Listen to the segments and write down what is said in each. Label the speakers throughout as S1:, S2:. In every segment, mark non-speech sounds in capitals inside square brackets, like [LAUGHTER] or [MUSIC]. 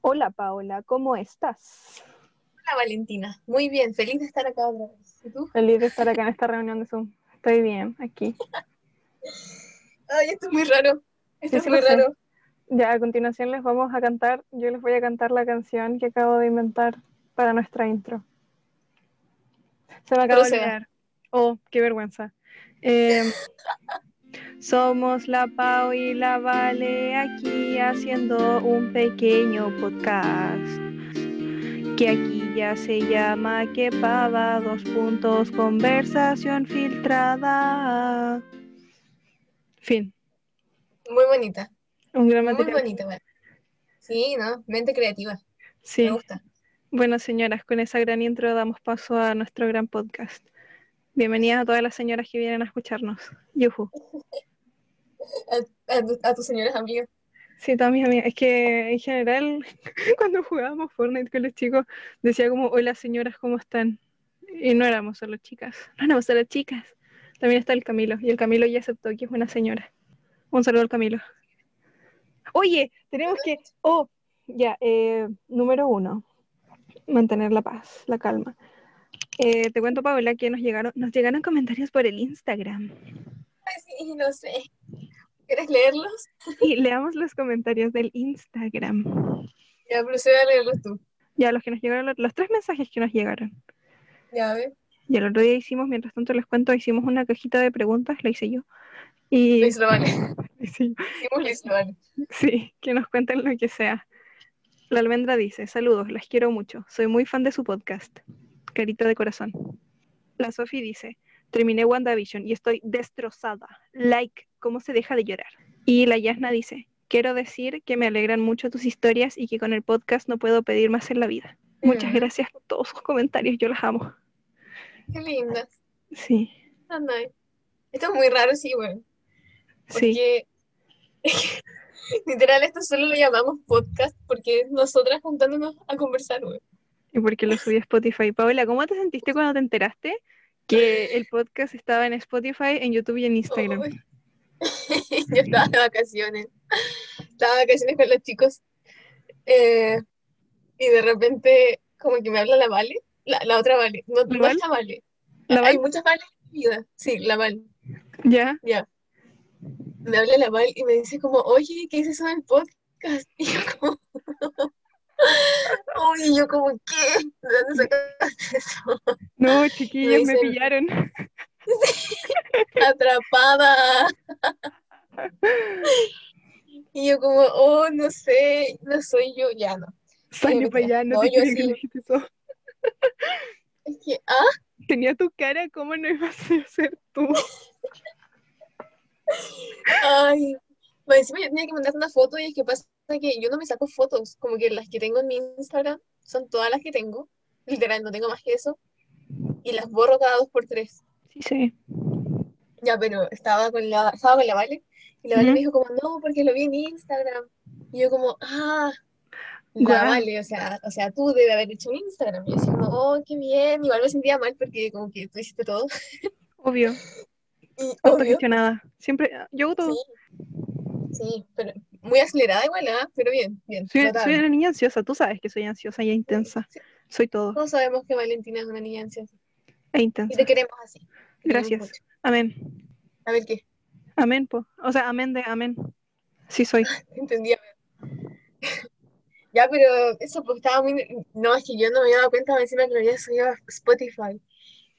S1: Hola Paola, ¿cómo estás?
S2: Hola Valentina, muy bien, feliz de estar acá otra vez. ¿Y tú?
S1: Feliz de estar acá en esta reunión de Zoom. Estoy bien, aquí.
S2: Ay, esto es muy raro. Esto
S1: Sí,
S2: es
S1: sí,
S2: muy
S1: lo sé.
S2: raro.
S1: Ya a continuación les vamos a cantar, yo les voy a cantar la canción que acabo de inventar para nuestra intro. Se me acaba de
S2: Proceda.
S1: olvidar. Oh, qué vergüenza.
S2: [LAUGHS]
S1: Em, somos la Pau y la Vale aquí haciendo un pequeño podcast. Que aquí ya se llama Que Pava, dos puntos, conversación filtrada. Fin.
S2: Muy bonita,
S1: Un gran
S2: muy
S1: material.
S2: bonita, Val. Sí, ¿no? Mente creativa,
S1: Sí.
S2: me gusta.
S1: Bueno, señoras, con esa gran intro damos paso a nuestro gran podcast. Bienvenidas a todas las señoras que vienen a escucharnos. Yuhu.
S2: A, tu- a tus señoras amigas.
S1: Sí, todas mis amigas. Es que en general, [LAUGHS] cuando jugábamos Fortnite con los chicos, decía como, hola señoras, ¿cómo están? Y no éramos solo chicas. [LAUGHS] No éramos solo chicas. También está el Camilo. Y el Camilo ya aceptó que es una señora. Un saludo al Camilo. Oye, tenemos que... Oh, ya. eh, número uno. Mantener la paz, la calma. Eh, te cuento, Paola, que nos llegaron, nos llegaron comentarios por el Instagram.
S2: Ay, sí, no sé. ¿Quieres leerlos?
S1: Y leamos los comentarios del Instagram.
S2: Ya, procede a leerlos tú.
S1: Ya, los que nos llegaron, los, los tres mensajes que nos llegaron.
S2: Ya, a ver.
S1: Y el otro día hicimos, mientras tanto les cuento, hicimos una cajita de preguntas, la hice yo. Y
S2: Luis lo vale.
S1: [LAUGHS] sí,
S2: Hicimos Luis lo vale.
S1: sí, que nos cuenten lo que sea. La almendra dice, saludos, las quiero mucho, soy muy fan de su podcast. Carita de corazón. La Sofi dice, terminé WandaVision y estoy destrozada. Like, ¿cómo se deja de llorar? Y la Yasna dice, quiero decir que me alegran mucho tus historias y que con el podcast no puedo pedir más en la vida. Muchas
S2: Mm,
S1: gracias por todos sus comentarios, yo las amo.
S2: Qué linda.
S1: Sí,
S2: Anda. eh. Esto es muy raro, sí, bueno.
S1: sí.
S2: Porque [LAUGHS] literal esto solo lo llamamos podcast porque es nosotras juntándonos a conversar, güey.
S1: ¿Y por qué lo subí a Spotify? Paola, ¿cómo te sentiste cuando te enteraste que el podcast estaba en Spotify, en YouTube y en Instagram? [LAUGHS]
S2: Uy. Yo estaba de vacaciones. Estaba de vacaciones con los chicos. eh, y de repente, como que me habla la Vale. La, la otra Vale. No,
S1: ¿La
S2: no es la Vale.
S1: ¿La
S2: Hay
S1: Val?
S2: muchas Vales en mi vida. Sí, la Vale.
S1: ¿Ya?
S2: Ya. Me habla la Val y me dice como, oye, ¿qué es eso del podcast? [LAUGHS] Y yo como... Oye, yo como, ¿qué? ¿De dónde
S1: [LAUGHS]
S2: sacaste eso?
S1: No, chiquillos, me
S2: hice-
S1: pillaron. [LAUGHS]
S2: atrapada. Y yo como, oh, no sé, no soy yo, ya no.
S1: Salió
S2: mentira.
S1: para allá, no
S2: No,
S1: te
S2: yo
S1: creo que
S2: sí.
S1: le dijiste eso.
S2: Es que, ah,
S1: Tenía tu cara, ¿cómo no ibas a ser tú?
S2: ay. Bueno, encima yo tenía que mandar una foto y es que pasa que yo no me saco fotos, como que las que tengo en mi Instagram son todas las que tengo, literal, no tengo más que eso, y las borro cada dos por tres.
S1: Sí, sí.
S2: Ya, pero estaba con la, estaba con la Vale, y la Vale
S1: Ujú.
S2: me dijo como, no, porque lo vi en Instagram. Y yo como, ah, la
S1: Guau.
S2: Vale, o sea, o sea, tú debe haber hecho un Instagram. Y yo así como, oh, qué bien. Igual me sentía mal porque como que tú hiciste todo.
S1: Obvio,
S2: Y [LAUGHS] obvio,
S1: autogestionada. Siempre, yo hago todo.
S2: sí, sí, pero muy acelerada igual, ¿ah? Pero bien, bien,
S1: Soy, soy
S2: notable.
S1: una niña ansiosa, tú sabes que soy ansiosa y intensa.
S2: Sí.
S1: Soy todo,
S2: Todos sabemos que Valentina es una niña ansiosa.
S1: e
S2: Y
S1: intensa.
S2: te queremos así. Te queremos
S1: Gracias.
S2: mucho.
S1: Amén.
S2: A ver qué, [LAUGHS]
S1: Amén, po. O sea, amén de amén. Sí [LAUGHS] soy.
S2: entendí. a ver. [LAUGHS] Ya, pero eso pues estaba muy... No, es que yo no me había dado cuenta encima que lo había subido a Spotify.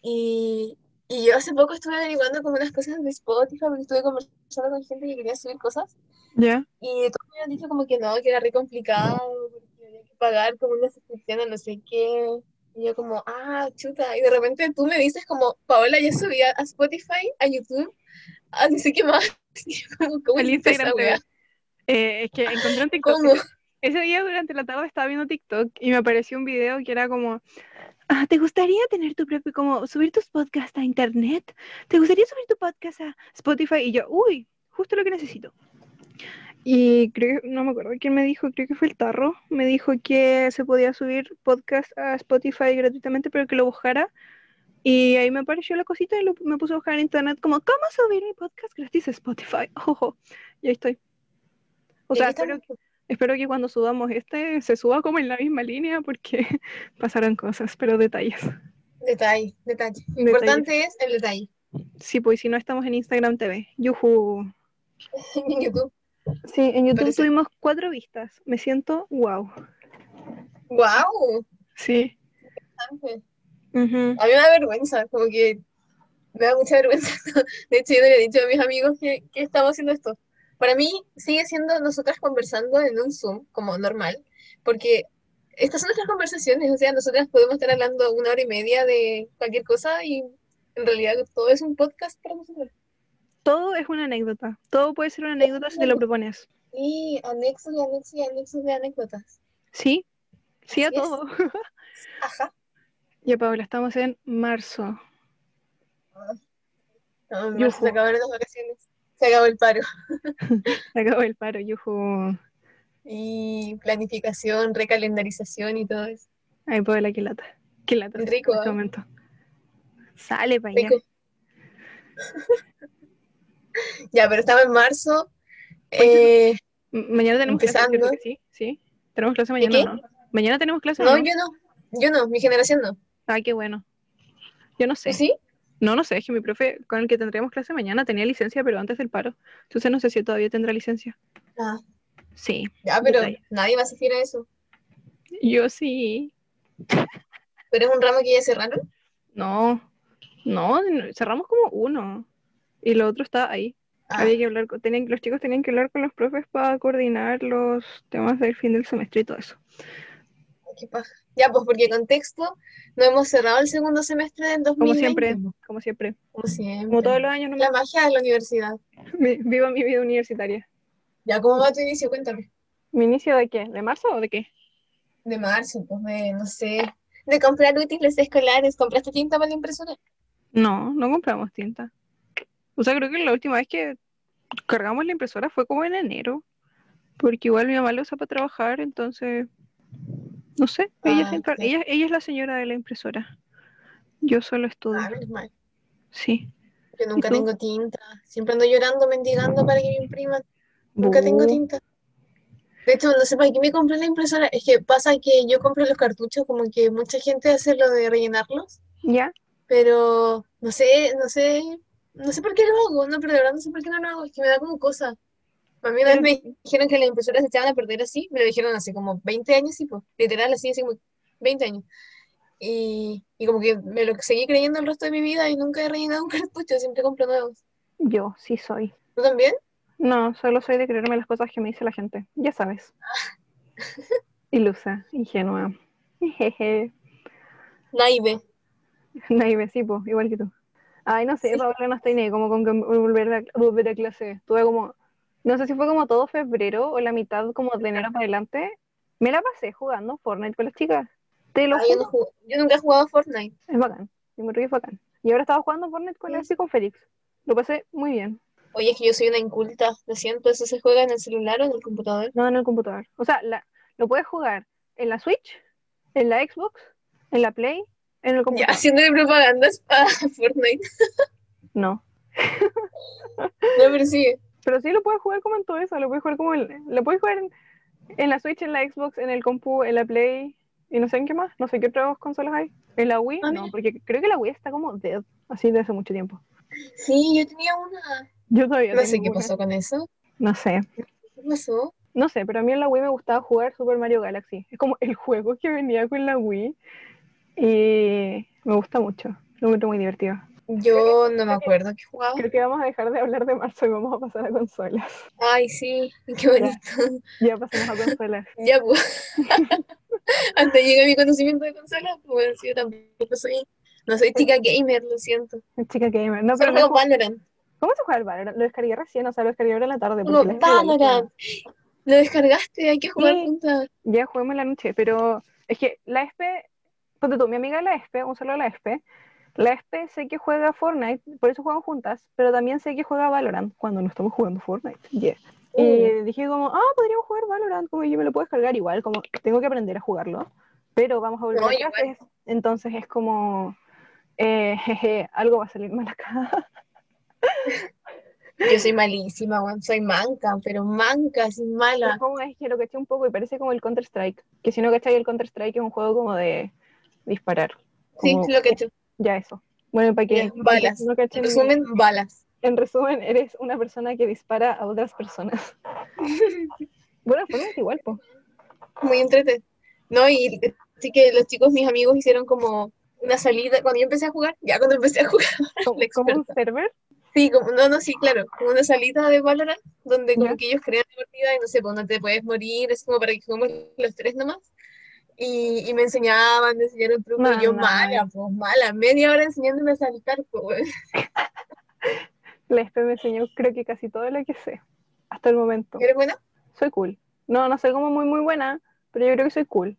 S2: Y, y yo hace poco estuve averiguando como unas cosas de Spotify, porque estuve conversando con gente que quería subir cosas.
S1: ¿Ya?
S2: Y todos me han dicho como que no, que era re complicado, porque había que pagar como una suscripción a no sé qué. Y yo como, ah, chuta. Y de repente tú me dices como, Paola, yo subí a, a Spotify, a YouTube, a no sé qué más. [LAUGHS] Y yo como, ¿cómo
S1: El
S2: hiciste
S1: Instagram
S2: esa
S1: TV.
S2: weá?
S1: Eh, es que encontré un TikTok.
S2: ¿Cómo?
S1: Ese día durante la tarde estaba viendo TikTok y me apareció un video que era como, "Ah, ¿te gustaría tener tu propio, como subir tus podcasts a internet? ¿Te gustaría subir tu podcast a Spotify? Y yo, uy, justo lo que necesito. Y creo, no me acuerdo quién me dijo, creo que fue el Tarro, me dijo que se podía subir podcast a Spotify gratuitamente, pero que lo buscara. Y ahí me apareció la cosita y lo- me puse a buscar en internet como, ¿cómo [LAUGHS] subir mi podcast gratis a Spotify? Ojo, y ahí estoy. O
S2: Y
S1: sea,
S2: aquí estamos.
S1: espero, Espero que cuando subamos este se suba como en la misma línea porque [LAUGHS] pasaron cosas, pero detalles.
S2: Detalle, detalle. Lo importante es el detalle. [LAUGHS]
S1: Sí, pues si no estamos en Instagram TV. Yuhu.
S2: En YouTube.
S1: Sí, en YouTube
S2: Parece-
S1: tuvimos cuatro vistas. Me siento wow.
S2: ¡Wow!
S1: Sí. Ujú.
S2: A mí me da vergüenza, como que me da mucha vergüenza. [LAUGHS] De hecho, yo no le he dicho a mis amigos que, que estamos haciendo esto. Para mí sigue siendo nosotras conversando en un Zoom, como normal, porque estas son nuestras conversaciones, o sea, nosotras podemos estar hablando una hora y media de cualquier cosa y en realidad todo es un podcast para nosotros.
S1: Todo es una anécdota. Todo puede ser una anécdota si te lo propones.
S2: Y anexos y anexos y anexos de anécdotas.
S1: Sí. Sí a
S2: Así es.
S1: todo. [LAUGHS]
S2: Ajá.
S1: Ya, Paula, estamos en marzo.
S2: No, en marzo
S1: Yujú.
S2: se acabaron las vacaciones, se acabó el paro.
S1: Se acabó el paro, yuju.
S2: Y planificación, recalendarización y todo eso.
S1: Ay, Paula, qué lata. Qué lata. en
S2: Rico,
S1: este
S2: ¿eh?
S1: momento. Sale para allá.
S2: Rico. [LAUGHS] Ya, pero estaba en marzo. Eh,
S1: M- Mañana tenemos clase,
S2: Empezando.
S1: ¿cierto que sí? Sí. ¿Tenemos clase mañana o
S2: qué?
S1: no? Mañana tenemos clase o
S2: no,
S1: no?
S2: yo no. Yo no, mi generación no.
S1: Ah, qué bueno. Yo no sé.
S2: ¿Tú sí?
S1: No, no sé, es que mi profe con el que tendríamos clase mañana tenía licencia, pero antes del paro. Entonces no sé si todavía tendrá licencia.
S2: Ah,
S1: Sí,
S2: ya, pero
S1: Detalle.
S2: nadie va a asistir a eso.
S1: yo sí.
S2: Pero es un ramo que ya cerraron.
S1: No, no, no, cerramos como uno. Y lo otro está ahí.
S2: Ah,
S1: Había que hablar, con- tenían, los chicos tenían que hablar con los profes para coordinar los temas del fin del semestre y todo eso.
S2: qué paja. Ya, pues porque contexto, no hemos cerrado el segundo semestre del 2020.
S1: Como siempre, como siempre.
S2: Como siempre.
S1: Como todos los años, no me-
S2: La magia de la universidad.
S1: [LAUGHS] me- vivo mi vida universitaria.
S2: Ya, ¿cómo va tu inicio? Cuéntame.
S1: ¿Mi inicio de qué? ¿De marzo o de qué?
S2: De marzo, pues de, no sé. De comprar útiles escolares. ¿Compraste tinta para la impresora?
S1: No, no compramos tinta. O sea, creo que la última vez que cargamos la impresora fue como en enero, porque igual mi mamá lo usa para trabajar, entonces, no sé, ella,
S2: Ah,
S1: se encar-
S2: sí.
S1: ella, ella es la señora de la impresora. Yo solo estudio,
S2: Ah, menos mal.
S1: sí.
S2: Yo nunca
S1: tú?
S2: tengo tinta. Siempre ando llorando, mendigando para que me impriman. Nunca tengo
S1: Bu.
S2: tinta. De hecho, no sé para qué me compré la impresora. Es que pasa que yo compré los cartuchos, como que mucha gente hace lo de rellenarlos,
S1: ¿Ya?
S2: pero no sé, no sé, no sé por qué lo hago, no, pero de verdad no sé por qué no lo hago, es que me da como cosa. A mí una vez me dijeron que las impresoras se echaban a perder así, me lo dijeron hace como 20 años, y pues, literal, así, así como 20 años. Y, y como que me lo seguí creyendo el resto de mi vida y nunca he rellenado un [LAUGHS] cartucho, siempre compro nuevos.
S1: Yo sí soy.
S2: ¿Tú también?
S1: No, solo soy de creerme las cosas que me dice la gente, ya sabes. Ah. Ilusa, ingenua. [LAUGHS] Jeje.
S2: Naive.
S1: [LAUGHS] Naive, sí, po, igual que tú. Ay, no sé,
S2: Sí.
S1: Paula, no estoy ni como con que volver a, volver a clase. Tuve como, no sé si fue como todo febrero o la mitad como de enero para adelante. Me la pasé jugando Fortnite con las chicas. Te lo
S2: Ah, yo, no
S1: juro,
S2: jugué- yo nunca he jugado a Fortnite.
S1: es bacán. Yo me es bacán. Y ahora estaba jugando Fortnite con
S2: Sí.
S1: Lance y con Félix. Lo pasé muy bien.
S2: Oye, es que yo soy una inculta, lo siento, ¿eso se juega en el celular o en el computador?
S1: No en el computador. O sea, la, lo puedes jugar en la Switch, en la Xbox, en la Play, en el
S2: Ya,
S1: computador.
S2: haciéndole propagandas
S1: [LAUGHS]
S2: a Fortnite.
S1: No.
S2: No, pero sigue.
S1: Pero sí lo puedes jugar como en todo eso, lo puedes jugar como en, lo puedes jugar en, en la Switch, en la Xbox, en el compu, en la Play y no sé en qué más, no sé qué otras consolas hay. En la Wii,
S2: Ah,
S1: no,
S2: mira.
S1: porque creo que la Wii está como dead, así de hace mucho tiempo.
S2: Sí, yo tenía una.
S1: Yo todavía
S2: No
S1: tengo
S2: sé qué
S1: una.
S2: pasó con eso.
S1: No sé,
S2: ¿Qué pasó?
S1: no sé, pero a mí en la Wii me gustaba jugar Super Mario Galaxy. Es como el juego que venía con la Wii y me gusta mucho, lo encuentro muy divertido.
S2: Yo no me acuerdo qué jugaba.
S1: Creo que vamos a dejar de hablar de marzo y vamos a pasar a consolas.
S2: Ay, sí, qué bonito.
S1: Ya pasamos a
S2: [LAUGHS]
S1: consolas.
S2: Ya, pues. Hasta llega mi conocimiento de consolas. Pues yo tampoco soy. No soy chica gamer, lo siento.
S1: Chica gamer, no, pero
S2: Solo
S1: no
S2: juego Valorant.
S1: ¿Cómo se juega el Valorant? Lo descargué recién, o sea, lo descargué ahora en la tarde.
S2: Juego
S1: porque la descargué la
S2: Valorant. Lo descargaste, hay que jugar
S1: Sí.
S2: juntas.
S1: noche. Ya juguemos en la noche, pero es que la ESPE, ponte tú, mi amiga la ESPE, un saludo a la ESPE. La ESPE sé que juega Fortnite, por eso juegan juntas, pero también sé que juega Valorant cuando no estamos jugando Fortnite. Yeah. Y
S2: Mm.
S1: dije como, ah, podríamos jugar Valorant, como yo me lo puedo descargar igual, como tengo que aprender a jugarlo, pero vamos a volver
S2: No,
S1: a
S2: igual.
S1: clases. Entonces es como, eh, jeje, algo va a salir mal acá.
S2: Yo soy malísima, weón. Soy manca, pero manca, así mala.
S1: ¿Cómo es que lo caché un poco y parece como el Counter-Strike? Que si no cacháis el Counter-Strike es un juego como de disparar.
S2: Sí,
S1: como-
S2: lo que te
S1: Ya eso. Bueno, para que
S2: Ya, balas.
S1: no cachen-
S2: en resumen, balas.
S1: en resumen, eres una persona que dispara a otras
S2: [LAUGHS]
S1: personas. Bueno, ponete igual, po.
S2: Muy entrete. No, y así que los chicos, mis amigos, hicieron como una salida. Cuando yo empecé a jugar, ya cuando empecé a jugar. [LAUGHS]
S1: Como,
S2: La
S1: como un
S2: experta.
S1: server.
S2: Sí, como, no, no, sí, claro. Como una salida de Valorant, donde como
S1: Ya.
S2: que ellos crean la partida y no sé, pues no te puedes morir, es como para que juguemos los tres nomás. Y, y me enseñaban, me enseñaron trucos, y yo
S1: Mamá.
S2: mala, pues mala, media hora enseñándome a saltar, pues. weón. [LAUGHS]
S1: La SP me enseñó, creo que casi todo lo que sé. Hasta el momento.
S2: ¿Eres buena?
S1: Soy cool. No, no soy como muy, muy buena, pero yo creo que soy cool.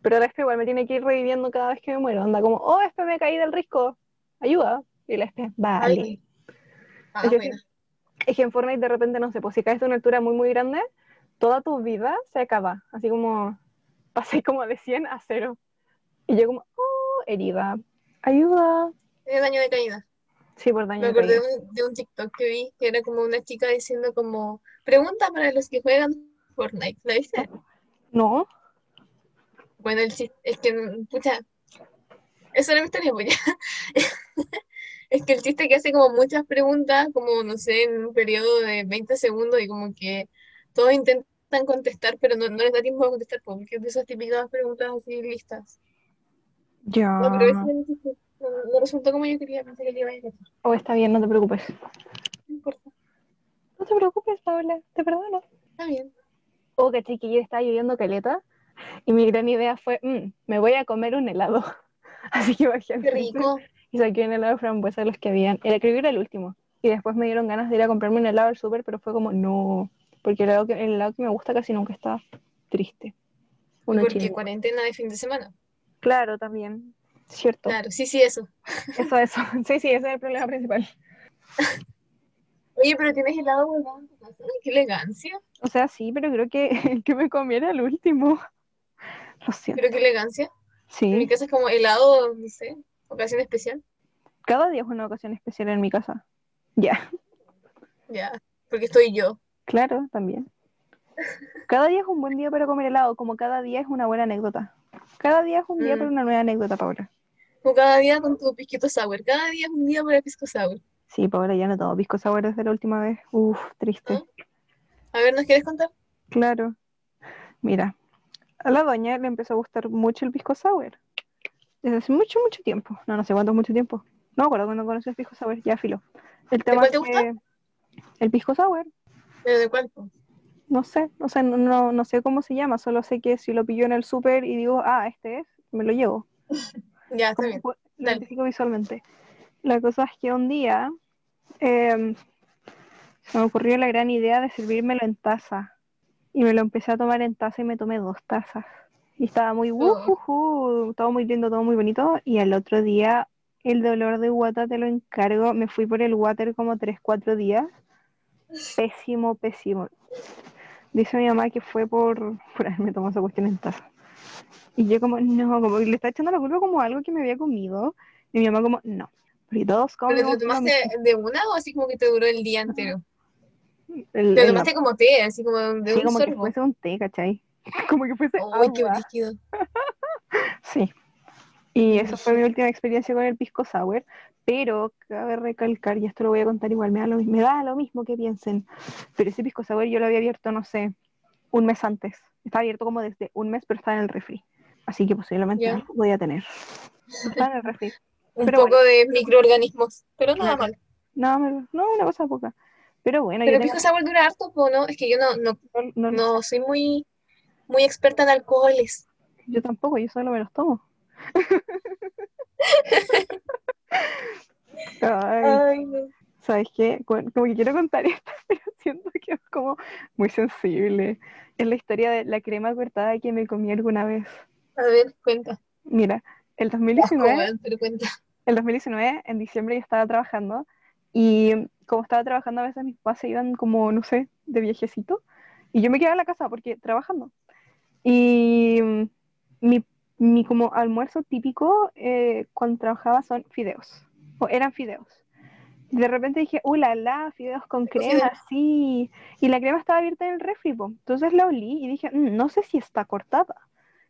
S1: Pero la SP igual me tiene que ir reviviendo cada vez que me muero. Anda como, oh, SP me caí del risco. Ayuda. Y la SP, vale.
S2: Ay. Ah,
S1: Es que
S2: buena.
S1: Es que en Fortnite de repente, no sé, pues si caes de una altura muy, muy grande, toda tu vida se acaba. Así como pasé como de 100 a 0. Y yo como, oh, herida, ayuda.
S2: Tiene daño de caída.
S1: Sí, por daño.
S2: Me
S1: de
S2: acordé de
S1: caída.
S2: un, de un TikTok que vi, que era como una chica diciendo como, pregunta para los que juegan Fortnite, ¿la viste?
S1: No,
S2: Bueno, el chiste es que, pucha, eso era mi historia, pues ya. [LAUGHS] Es que el chiste es que hace como muchas preguntas, como, no sé, en un periodo de 20 segundos y como que todos intentan contestar, pero no, no les da tiempo a contestar, pues, porque es de esas típicas preguntas así listas.
S1: ya.
S2: No, pero ese era mi chiste. No, no resultó como yo quería, pensé que le iba a ir, no
S1: Oh, está bien, no te preocupes.
S2: importa,
S1: No te preocupes, Paola, te perdono.
S2: está bien.
S1: Oh, caché que yo estaba lloviendo caleta y mi gran idea fue, "Mm, me voy a comer un helado. [LAUGHS] Así que bajé al
S2: Qué
S1: freezer
S2: rico.
S1: y saqué un helado de frambuesa de los que habían. Era, creo que era el último. Y después me dieron ganas de ir a comprarme un helado al súper, pero fue como, no, porque el helado, que, el helado que me gusta casi nunca está triste. Uno
S2: Porque
S1: chileno.
S2: cuarentena de fin de semana.
S1: Claro, también. Cierto.
S2: Claro, sí, sí, eso.
S1: Eso, eso. [LAUGHS] Sí, sí, ese es el problema principal.
S2: Oye, pero tienes helado guardado en tu casa. Ay, qué elegancia.
S1: O sea, sí, pero creo que el que [LAUGHS] me comiera el último. [LAUGHS] Lo siento.
S2: Pero qué elegancia. En mi
S1: Sí.
S2: casa es como helado, no sé, ocasión especial.
S1: Cada día es una ocasión especial en mi casa. Ya.
S2: Ya, porque estoy yo.
S1: Claro, también. Cada día es un buen día para comer helado, como cada día es una buena anécdota. Cada día es un día
S2: Mm.
S1: para una nueva anécdota, Paola.
S2: Como cada día con tu pisquito sour. Cada día es un día para el pisco sour.
S1: Sí, Paola, ya no tomo pisco sour desde la última vez. Uf,
S2: ¿Eh?
S1: triste.
S2: A ver, ¿nos quieres contar?
S1: Claro. Mira, a la doña le empezó a gustar mucho el pisco sour. Desde hace mucho, mucho tiempo. No, no sé cuánto es mucho tiempo. No me acuerdo cuando conocí el pisco sour. Ya, filo. El tema
S2: cuál te
S1: es que El pisco sour.
S2: ¿Pero de cuál? po?
S1: No sé, o sea, no, no, no sé cómo se llama. Solo sé que si lo pillo en el súper y digo, ah, este es, me lo llevo.
S2: Ya, está
S1: como
S2: bien.
S1: pu- lo
S2: Dale.
S1: identifico visualmente. La cosa es que un día eh, se me ocurrió la gran idea de servírmelo en taza. Y me lo empecé a tomar en taza y me tomé dos tazas. Y estaba muy
S2: Oh.
S1: wujuju, todo muy lindo, todo muy bonito. Y al otro día, el dolor de guata te lo encargo. Me fui por el water como 3, 4
S2: [LAUGHS]
S1: días. Pésimo, pésimo. Dice mi mamá que fue por, [LAUGHS] por haberme tomado esa cuestión en taza. Y yo como, no, como que le está echando la culpa como algo que me había comido. Y mi mamá como, no. Porque todos comen.
S2: ¿Pero te lo tomaste de una o así como que te duró el día
S1: Ah,
S2: entero?
S1: el,
S2: Te lo
S1: el-
S2: tomaste como té, así como de
S1: sí,
S2: un
S1: como que
S2: sorbo.
S1: fuese un té, ¿cachai? [LAUGHS] Como que fuese
S2: Ay, qué
S1: agua.
S2: líquido.
S1: Sí. Y esa fue mi última experiencia con el pisco sour. Pero cabe recalcar, y esto lo voy a contar igual, me da lo, mi- me da lo mismo que piensen. Pero ese pisco sour yo lo había abierto, no sé, un mes antes. Estaba abierto como desde un mes, pero estaba en el refri. Así que posiblemente
S2: Ya.
S1: no lo podía tener. Estaba en el refri.
S2: Un
S1: Pero
S2: poco de microorganismos, pero nada
S1: Claro.
S2: mal.
S1: No, me- no, una cosa poca. Pero bueno,
S2: Pero
S1: yo tengo
S2: pisco sour dura harto, po, ¿no? Es que yo no, no,
S1: alcohol, no-
S2: no soy muy, muy experta en alcoholes.
S1: yo tampoco, yo solo me los
S2: [LAUGHS]
S1: tomo. [LAUGHS] Ay,
S2: Ay, no.
S1: ¿Sabes qué? Cu- Como que quiero contar [LAUGHS] esto, pero siento que es como muy sensible. Es la historia de la crema cortada que me comí alguna vez.
S2: A ver, [LAUGHS] cuenta.
S1: Mira, el
S2: Qué asco,
S1: 2019
S2: weón, pero cuenta.
S1: el 2019, en diciembre, yo estaba trabajando y como estaba trabajando, a veces mis papás se iban como, no sé, de viejecito y yo me quedaba en la casa porque trabajando. Y mm, mi, mi como almuerzo típico eh, cuando trabajaba son fideos, o eran fideos. Y de repente dije, uh, la, la, fideos con crema,
S2: fideos.
S1: sí. Y la crema estaba abierta en el refri, po. Entonces la olí y dije, "Mm, no sé si está cortada.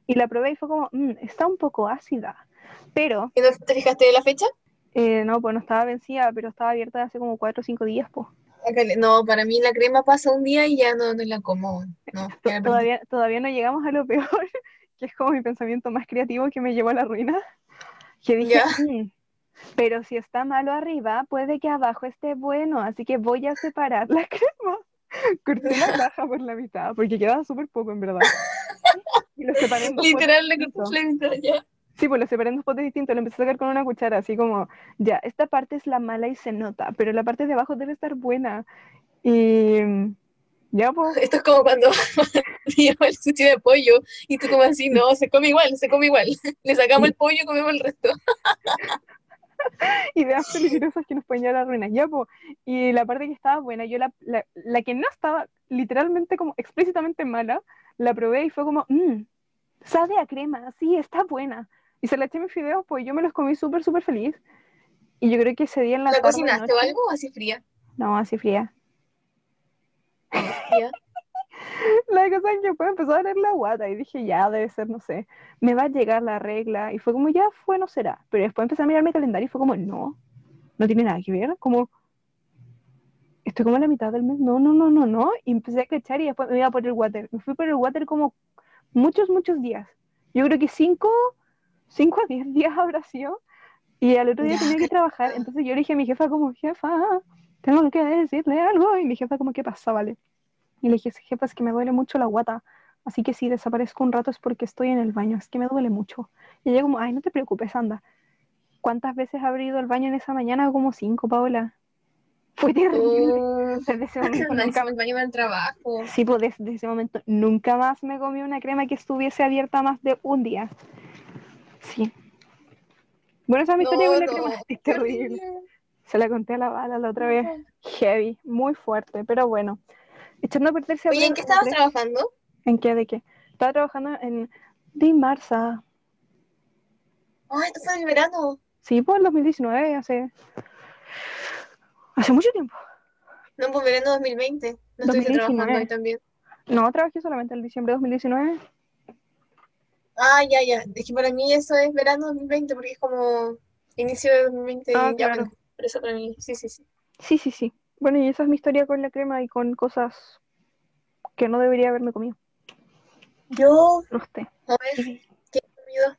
S1: Y la probé y fue como, "Mm, está un poco ácida. Pero,
S2: ¿Y no te fijaste la fecha?
S1: eh, no, pues no estaba vencida, pero estaba abierta hace como 4 o 5 días, pues. po.
S2: Acá le- No, para mí la crema pasa un día y ya no, no la como. No,
S1: To-
S2: ya la perdí.
S1: Todavía, todavía no llegamos a lo [LAUGHS] peor, que es como mi pensamiento más creativo que me llevó a la ruina. Que dije,
S2: Ya.
S1: "Mm, pero si está malo arriba, puede que abajo esté bueno, así que voy a separar la [LAUGHS] crema. Corté
S2: [LAUGHS]
S1: la caja por la mitad, porque quedaba súper poco en verdad. Y lo separé en dos potes
S2: Literal, la
S1: distintos.
S2: corté la mitad ya.
S1: Sí, pues lo separé en dos potes distintos, lo empecé a sacar con una cuchara, así como, ya, esta parte es la mala y se nota, pero la parte de abajo debe estar buena. Y ya, pues, [LAUGHS]
S2: Esto es como cuando [LAUGHS] llevo el sushi de pollo y tú como así, no, se come igual, se come igual. [LAUGHS] Le sacamos el pollo y comemos el resto.
S1: ideas peligrosas que nos pueden llevar a la ruina. Ya, po. Y la parte que estaba buena, yo la, la, la que no estaba literalmente como explícitamente mala, la probé y fue como, mmm, sabe a crema, sí, está buena. Y se la eché a mis fideos, pues yo me los comí súper, súper feliz. Y yo creo que ese día en la,
S2: ¿La
S1: tarde,
S2: cocinaste o
S1: noche-
S2: algo o así
S1: [LAUGHS]
S2: fría?
S1: No, así fría.
S2: Ya.
S1: [LAUGHS] La cosa es que después empezó a doler la guata y dije, ya, debe ser, no sé, me va a llegar la regla. Y fue como, ya fue, no será. Pero después empecé a mirar mi calendario y fue como, no, no tiene nada que ver. Como, estoy como a la mitad del mes. No, no, no, no, no. Y empecé a cachar y después me iba por el water. Me fui por el water como muchos, muchos días. Yo creo que cinco, cinco a diez días habrá sido. Y al otro día
S2: Ya.
S1: tenía que trabajar. Entonces yo le dije a mi jefa como, jefa, tengo que decirle algo. Y mi jefa como, ¿qué pasa? Vale. Y le dije, jefa, es que me duele mucho la guata. Así que si desaparezco un rato es porque estoy en el baño. Es que me duele mucho. Y ella como, ay, no te preocupes, anda. ¿Cuántas veces habré ido al baño en esa mañana? Como cinco, Paola. Fue terrible.
S2: Uh,
S1: Desde ese momento
S2: [LAUGHS] no,
S1: nunca
S2: encima el baño va al trabajo.
S1: Sí, pues desde ese momento nunca más me comí una crema que estuviese abierta más de un día. Sí. Bueno, esa es mi historia con la
S2: No, no, [LAUGHS]
S1: crema. Es terrible. Se la conté a la bala la otra vez. Heavy, muy fuerte, pero bueno. Echando a perderse
S2: Oye, ¿en qué estabas trabajando?
S1: ¿En qué? ¿De qué? Estaba trabajando en Dimarsa.
S2: Ah, esto fue en el verano.
S1: Sí, por el 2019, hace. Hace mucho tiempo.
S2: No, pues verano 2020. No estuviste
S1: 2019.
S2: trabajando ahí también.
S1: No, trabajé solamente en diciembre de 2019.
S2: Ah, ya, ya. Es que para mí eso es verano 2020 porque es como inicio de 2020.
S1: Ah,
S2: ya,
S1: claro.
S2: bueno, pero eso para mí. Sí, sí, sí.
S1: Sí, sí, sí. Bueno, y esa es mi historia con la crema y con cosas que no debería haberme comido.
S2: Yo,
S1: No sé.
S2: a ver, ¿qué he comido?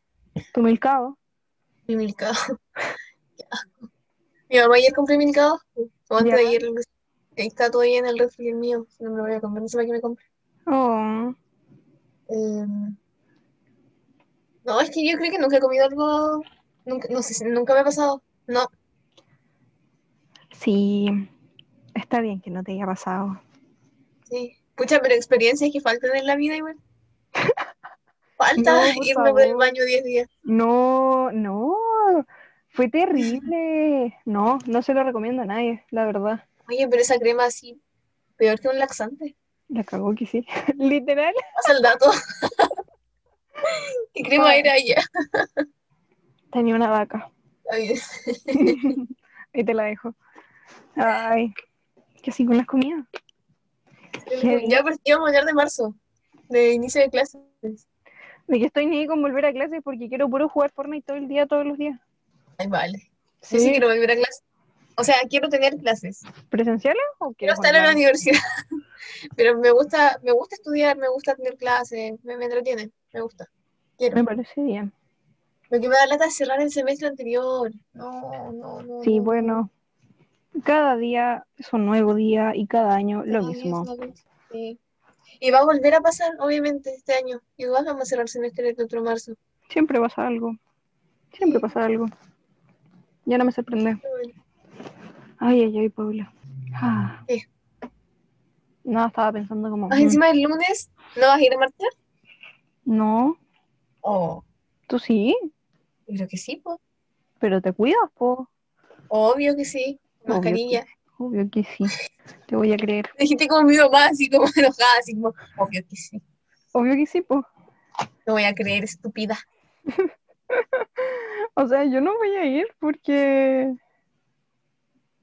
S1: Tu milcao.
S2: Mi milcao. [LAUGHS] Qué asco. Mi mamá ayer compré milcao. O antes
S1: Ya.
S2: de ayer. lo que sea. Ahí está todavía en el refri el mío. No me lo voy a comprar, no sé para qué me compré.
S1: Oh,
S2: Em, no, es que yo creo que nunca he comido algo. Nunca, no sé, si- nunca me ha pasado. No,
S1: sí. Está bien que no te haya pasado.
S2: sí. Pucha, pero experiencias que faltan en la vida igual. [LAUGHS] Falta
S1: No, por
S2: irme por el
S1: favor.
S2: baño 10 días.
S1: No, no. Fue terrible. No, no se lo recomiendo a nadie, la verdad.
S2: Oye, pero esa crema así, peor que un laxante.
S1: La cagó que sí. [LAUGHS] Literal.
S2: Pasa el dato. [LAUGHS] ¿Qué crema
S1: Ah.
S2: era ella?
S1: Tenía una vaca.
S2: Ay,
S1: [LAUGHS] Ahí te la dejo. Ay. ¿Qué así con las comidas? Heavy.
S2: Ya, pero íbamos a hablar de marzo, de inicio de clases.
S1: De que estoy ni con volver a clases porque quiero puro jugar Fortnite todo el día, todos los días.
S2: Ay, vale. Yo sí quiero volver a clases. O sea, quiero tener clases.
S1: ¿Presenciales o
S2: Quiero
S1: quieres
S2: estar en la
S1: online?
S2: universidad. [LAUGHS] Pero me gusta, me gusta estudiar, me gusta tener clases, me, me entretiene, me gusta. Quiero.
S1: Me parece bien.
S2: Lo que me da lata es cerrar el semestre anterior. No, no, no.
S1: Sí,
S2: no.
S1: bueno. Cada día es un nuevo día y cada año lo
S2: Ay,
S1: mismo.
S2: es la luz, sí. Y va a volver a pasar, obviamente, este año. Igual vamos a cerrar el semestre el otro marzo.
S1: Siempre pasa algo. Siempre
S2: Sí.
S1: pasa algo. Ya no me sorprende.
S2: Pero bueno,
S1: Ay, ay, ay, Paula. Ah.
S2: Sí.
S1: No, estaba pensando como.
S2: Ay,
S1: mm,
S2: Ah, encima el lunes, ¿no vas a ir a marchar?
S1: No,
S2: Oh,
S1: tú sí,
S2: creo que sí, po.
S1: pero te cuidas, po.
S2: Obvio que sí.
S1: Obvio
S2: Mascarilla.
S1: Obvio que sí. Te voy a creer.
S2: Dijiste como mi mamá, así como [LAUGHS] enojada, así como, obvio que sí.
S1: Obvio que sí, po. [LAUGHS]
S2: No voy a creer, estúpida.
S1: O sea, yo no voy a ir porque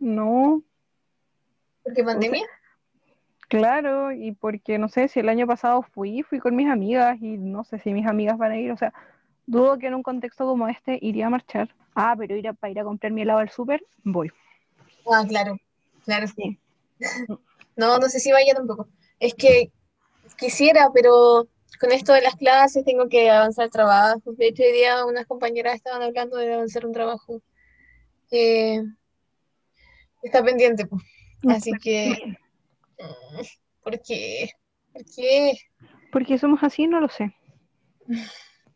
S1: No,
S2: Porque pandemia.
S1: claro, y porque no sé si el año pasado fui, fui con mis amigas y no sé si mis amigas van a ir, o sea, dudo que en un contexto como este iría a marchar. Ah, pero ir a, para ir a comprar mi helado al súper, voy.
S2: Ah, claro, claro.
S1: Sí.
S2: [LAUGHS] No, no sé si vaya tampoco. Es que quisiera, pero con esto de las clases tengo que avanzar trabajos. De hecho, hoy día unas compañeras estaban hablando de avanzar un trabajo que está pendiente, pues. Así
S1: [LAUGHS]
S2: que, mm, ¿por qué? ¿Por qué?
S1: Porque somos así, no lo sé.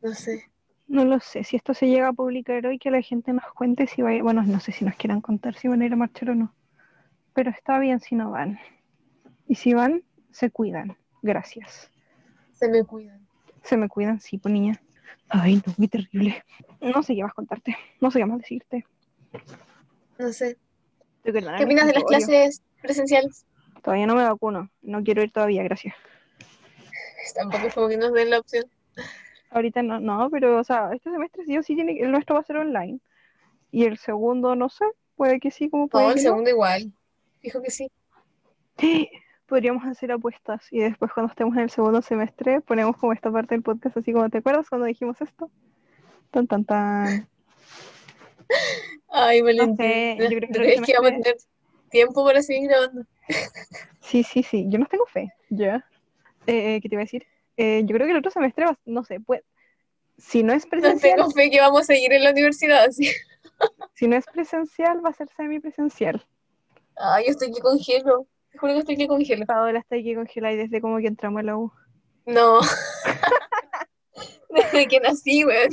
S2: No sé.
S1: No lo sé. Si esto se llega a publicar hoy, que la gente nos cuente si va a ir. Bueno, no sé si nos quieran contar si van a ir a marchar o no. Pero está bien si no van. Y si van, se cuidan. Gracias.
S2: Se me cuidan.
S1: Se me cuidan, sí, pues niña. Ay, no, muy terrible. No sé qué más contarte. No sé qué más decirte.
S2: No sé.
S1: De verdad,
S2: ¿Qué opinas de las
S1: odio.
S2: clases presenciales?
S1: Todavía no me vacuno. No quiero ir todavía, gracias.
S2: Tampoco es como que nos den la opción.
S1: Ahorita no, no, pero o sea, este semestre sí o sí tiene que- el nuestro va a ser online. Y el segundo, no sé, puede que sí, como puede
S2: No, el
S1: que no.
S2: segundo igual. Dijo que sí.
S1: [GASPS] Podríamos hacer apuestas y después cuando estemos en el segundo semestre ponemos como esta parte del podcast así como ¿te acuerdas cuando dijimos esto? Tan tan tan.
S2: Ay, Valentín.
S1: sé, yo creo que
S2: ¿Tú
S1: el
S2: crees que vamos a
S1: semestre-
S2: tener tiempo para seguir grabando?
S1: Sí, sí, sí, yo no tengo fe. Ya. Eh, ¿qué te iba a decir? Eh, yo creo que el otro semestre va- no sé, pues si no es
S2: No
S1: presencial,
S2: tengo fe que vamos a seguir en la universidad. así.
S1: si no es presencial va a ser semipresencial.
S2: Ay, yo estoy que congelo. Te juro que estoy que congelo.
S1: Paola está aquí congelada y desde como que entramos a la U. [LAUGHS]
S2: No. [LAUGHS] Desde que nací, weón.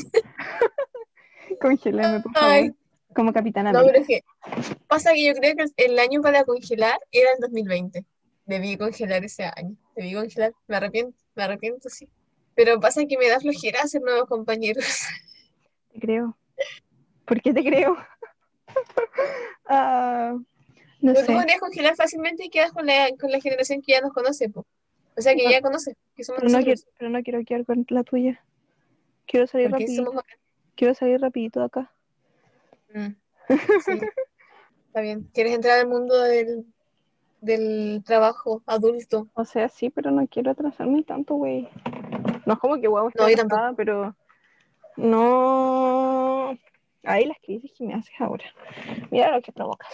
S1: Congélame, por favor.
S2: Ay,
S1: Como capitana.
S2: no, pero es que pasa que yo creo que el año para congelar era el 2020. Debí congelar ese año. Debí congelar. Me arrepiento, me arrepiento, sí. Pero pasa que me da flojera hacer nuevos compañeros.
S1: Te creo. ¿Por qué te creo? [LAUGHS] Ah, no
S2: Porque
S1: sé.
S2: podrías congelar fácilmente y quedas con la, con la generación que ya nos conoce, po. O sea, que
S1: No.
S2: ya conoce, que somos
S1: Pero no, quiero,
S2: nosotros.
S1: pero no quiero quedar con la tuya. Quiero salir
S2: porque
S1: rapidito.
S2: somos
S1: Quiero salir rapidito de acá.
S2: Mm. Sí. Está bien. ¿Quieres entrar al mundo del, del trabajo adulto?
S1: O sea, sí, pero no quiero atrasarme tanto, güey. No es como que guau,
S2: No,
S1: estoy
S2: yo tampoco.
S1: atrasada, pero no. Ahí las crisis que me haces ahora. Mira lo que provocas.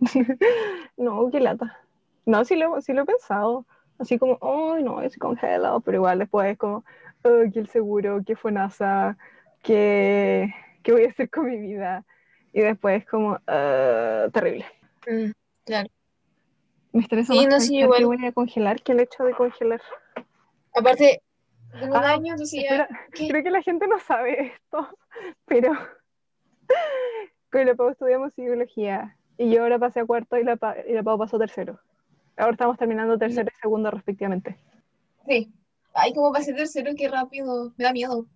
S1: [LAUGHS] no, qué lata. No, sí lo, sí lo he pensado. Así como, ay, no, es congelado, pero igual después es como, ay, que el seguro, que fue NASA, que, ¿qué voy a hacer con mi vida? Y después como, "Ah, terrible.
S2: Mm.
S1: Me estresa
S2: Sí,
S1: más
S2: no,
S1: pensar
S2: sí,
S1: que
S2: igual.
S1: voy a congelar que el hecho de congelar.
S2: Aparte, tengo un
S1: Ah,
S2: año, entonces ya.
S1: Espera, [LAUGHS]
S2: ¿qué?
S1: creo que la gente no sabe esto, [LAUGHS] pero con la Pau estudiamos psicología y yo ahora pasé a cuarto y la, Pa- y la Pau pasó a tercero. Ahora estamos terminando tercero y segundo respectivamente.
S2: Sí. Ay, cómo pasé tercero, qué rápido. Me da miedo.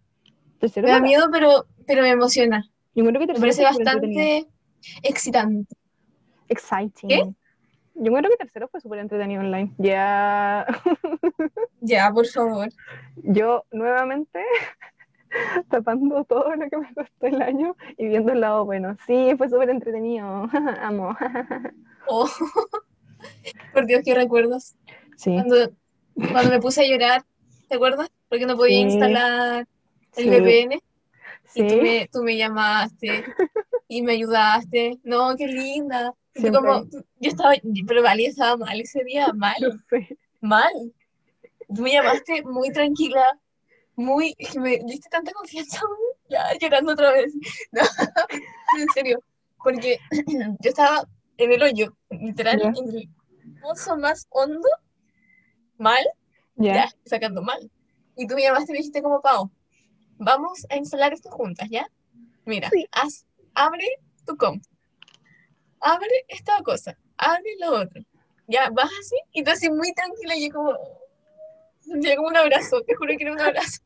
S1: Tercero,
S2: Me da
S1: bueno,
S2: miedo, pero, pero me emociona.
S1: yo creo que
S2: Me
S1: tercero
S2: parece
S1: fue súper entretenido.
S2: bastante excitante.
S1: Exciting.
S2: ¿Qué?
S1: Yo creo que tercero fue súper entretenido online. Ya, [LAUGHS]
S2: Ya, por favor.
S1: yo nuevamente [LAUGHS] tapando todo lo que me costó el año y viendo el lado bueno. Sí, fue súper entretenido. [LAUGHS] Amo.
S2: Oh. Por Dios, qué recuerdos.
S1: Sí.
S2: Cuando, cuando me puse a llorar, ¿te acuerdas? Porque no podía
S1: Sí.
S2: instalar el
S1: sí,
S2: VPN. Y tú
S1: sí.
S2: me, tú me llamaste y me ayudaste. No, qué linda. Y tú
S1: Siempre.
S2: como, tú- yo estaba, pero Vali estaba mal ese día, mal,
S1: Lo sé.
S2: mal. Tú me llamaste muy tranquila, muy, es que me diste tanta confianza, ya, llorando otra vez. [LAUGHS] No, en serio, porque [CLEARS THROAT] yo estaba en el hoyo, literal,
S1: Ya.
S2: en el pozo más hondo, mal,
S1: Ya.
S2: ya, sacando mal. Y tú me llamaste y me dijiste como, Pau, vamos a instalar esto juntas, ¿ya? Mira,
S1: Sí.
S2: haz, abre tu compu. Abre esta cosa. Abre lo otro. Ya, vas así y tú así muy tranquila y yo como... Sentía como un abrazo, te juro que era
S1: [LAUGHS]
S2: un abrazo.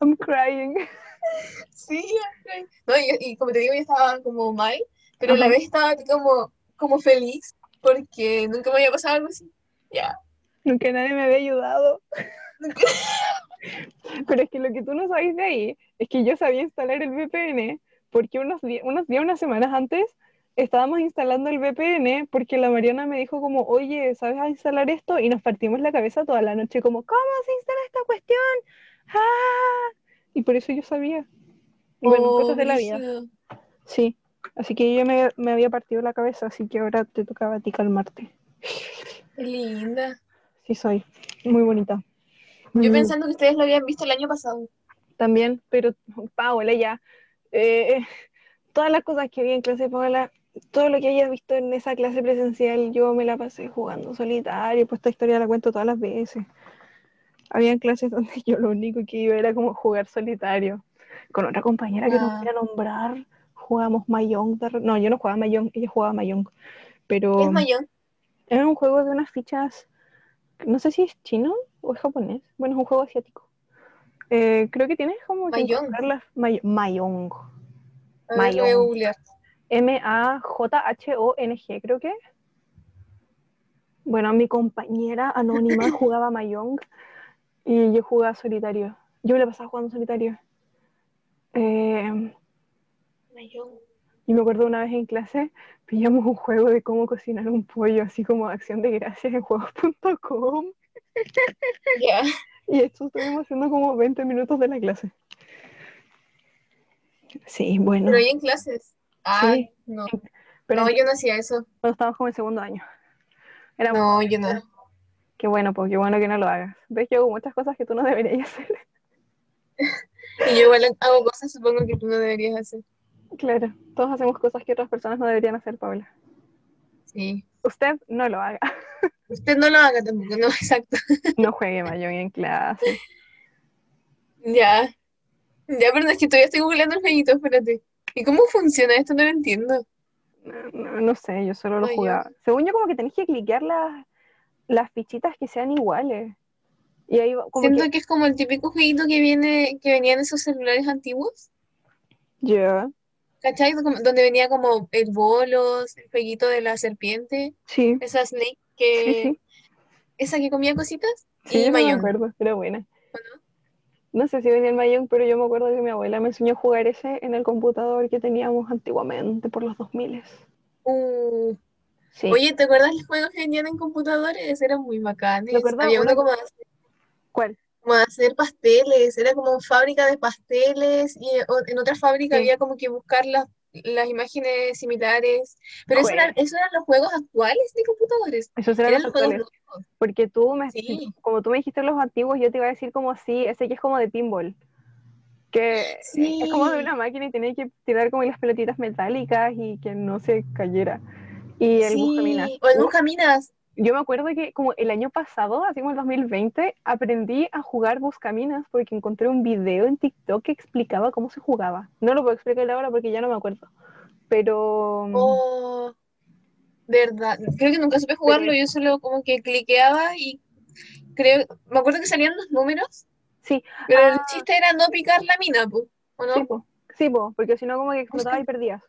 S1: I'm crying.
S2: Sí, ay. no, y, y como te digo, yo estaba como mal, pero a la
S1: Ajá.
S2: vez estaba como, como feliz porque nunca me había pasado algo así. Ya.
S1: Nunca nadie me había ayudado. Pero es que lo que tú no sabes de ahí es que yo sabía instalar el VPN porque unos, di- unos días, unas semanas antes, estábamos instalando el VPN porque la Mariana me dijo como, oye, ¿sabes a instalar esto? Y nos partimos la cabeza toda la noche como, ¿cómo se instala esta cuestión? ¡Ah! Y por eso yo sabía. Y bueno,
S2: Oh,
S1: cosas de la vida.
S2: brígido.
S1: Sí. Así que yo me, me había partido la cabeza, así que ahora te tocaba a ti calmarte.
S2: Qué linda.
S1: Sí soy. Muy bonita.
S2: Yo
S1: Mm.
S2: pensando que ustedes lo habían visto el año pasado.
S1: También, pero Paola ya, eh, todas las cosas que vi en clase de Paola, todo lo que hayas visto en esa clase presencial, yo me la pasé jugando solitario, pues esta historia la cuento todas las veces. Habían clases [LAUGHS] donde yo lo único que iba era como jugar solitario. Con otra compañera que no
S2: Ah.
S1: voy a nombrar, jugábamos Mayong. de re- No, yo no jugaba Mayong, ella jugaba Mayong.
S2: ¿Qué
S1: Pero
S2: es Mayón?
S1: era un juego de unas fichas, no sé si es chino o es japonés. Bueno, es un juego asiático. Eh, creo que tiene como que
S2: Mahjong.
S1: encontrar las may- Mahjong.
S2: A ver, lo voy a
S1: Mayón.
S2: googlear.
S1: M-A-J-H-O-N-G, creo que. Bueno, mi compañera anónima jugaba Mayong y yo jugaba solitario. Yo me la pasaba jugando solitario. Eh,
S2: Mayón.
S1: y me acuerdo una vez en clase pillamos un juego de cómo cocinar un pollo, así como acción de gracias en juegos.com. [LAUGHS]
S2: Ya.
S1: Y esto estuvimos haciendo como 20 minutos de la clase. Sí, bueno.
S2: Pero hoy en clases. Ah,
S1: Sí.
S2: no.
S1: Pero
S2: no, yo no hacía eso.
S1: cuando estábamos como en segundo año. Era
S2: No, yo no.
S1: qué bueno, porque qué bueno que no lo hagas. Ves, yo hago muchas cosas que tú no deberías [LAUGHS] hacer.
S2: Y yo igual hago cosas, supongo que tú no deberías hacer.
S1: Claro, todos hacemos cosas que otras personas no deberían hacer, Paula.
S2: Sí.
S1: Usted no lo haga. [LAUGHS]
S2: Usted no lo haga tampoco, no, [LAUGHS] exacto.
S1: No juegue Mayón en clase.
S2: Ya. Ya, pero no, es que todavía estoy googleando el jueguito, espérate. ¿Y cómo funciona esto? No lo entiendo.
S1: No, no- no sé, yo solo lo
S2: Mayón.
S1: jugaba. Según yo, como que tenés que cliquear las, las fichitas que sean iguales. Y ahí va- como
S2: Siento
S1: que-
S2: que... es como el típico jueguito que viene, que venía en esos celulares antiguos.
S1: Ya.
S2: ¿Cachai? Como- Donde venía como el bolos, el jueguito de la serpiente,
S1: Sí.
S2: esa snake
S1: Sí,
S2: que,
S1: sí.
S2: esa que comía cositas,
S1: Sí,
S2: y
S1: no me
S2: mayón.
S1: acuerdo, pero buena.
S2: ¿o no?
S1: No sé si venía el Mahjong, pero yo me acuerdo que mi abuela me enseñó a jugar ese en el computador que teníamos antiguamente por los 2000.
S2: Uh,
S1: Sí.
S2: Oye, ¿te acuerdas los juegos que venían en computadores? Eran muy bacanes.
S1: Me acuerdo
S2: Había
S1: uno
S2: uno como de, hacer,
S1: ¿Cuál?
S2: como de hacer pasteles, era como fábrica de pasteles y o- en otra fábrica
S1: Sí.
S2: había como que buscar las, las imágenes similares. Pero eso
S1: Jue-
S2: eran, esos eran los juegos actuales de computadores.
S1: Esos Ah, eran los
S2: Eran los juegos
S1: actuales,
S2: nuevos.
S1: porque tú me,
S2: Sí.
S1: como tú me dijiste los antiguos, yo te iba a decir como sí, ese que es como de pinball, que es como de
S2: Sí.
S1: una máquina y tenía que tirar como las pelotitas metálicas y que no se cayera. Y el Buscaminas.
S2: Sí, o el
S1: Uf,
S2: Buscaminas.
S1: Yo me acuerdo que como el año pasado, así como el 2020, aprendí a jugar Buscaminas porque encontré un video en TikTok que explicaba cómo se jugaba. No lo puedo explicar ahora porque ya no me acuerdo. Pero mm,
S2: Oh, verdad. Creo que nunca supe jugarlo, yo solo como que cliqueaba y creo, me acuerdo que salían los números,
S1: sí,
S2: pero
S1: Ah.
S2: el chiste era no picar la mina, po, ¿o no?
S1: sí, po. Sí, po, porque si no como que explotaba y perdías.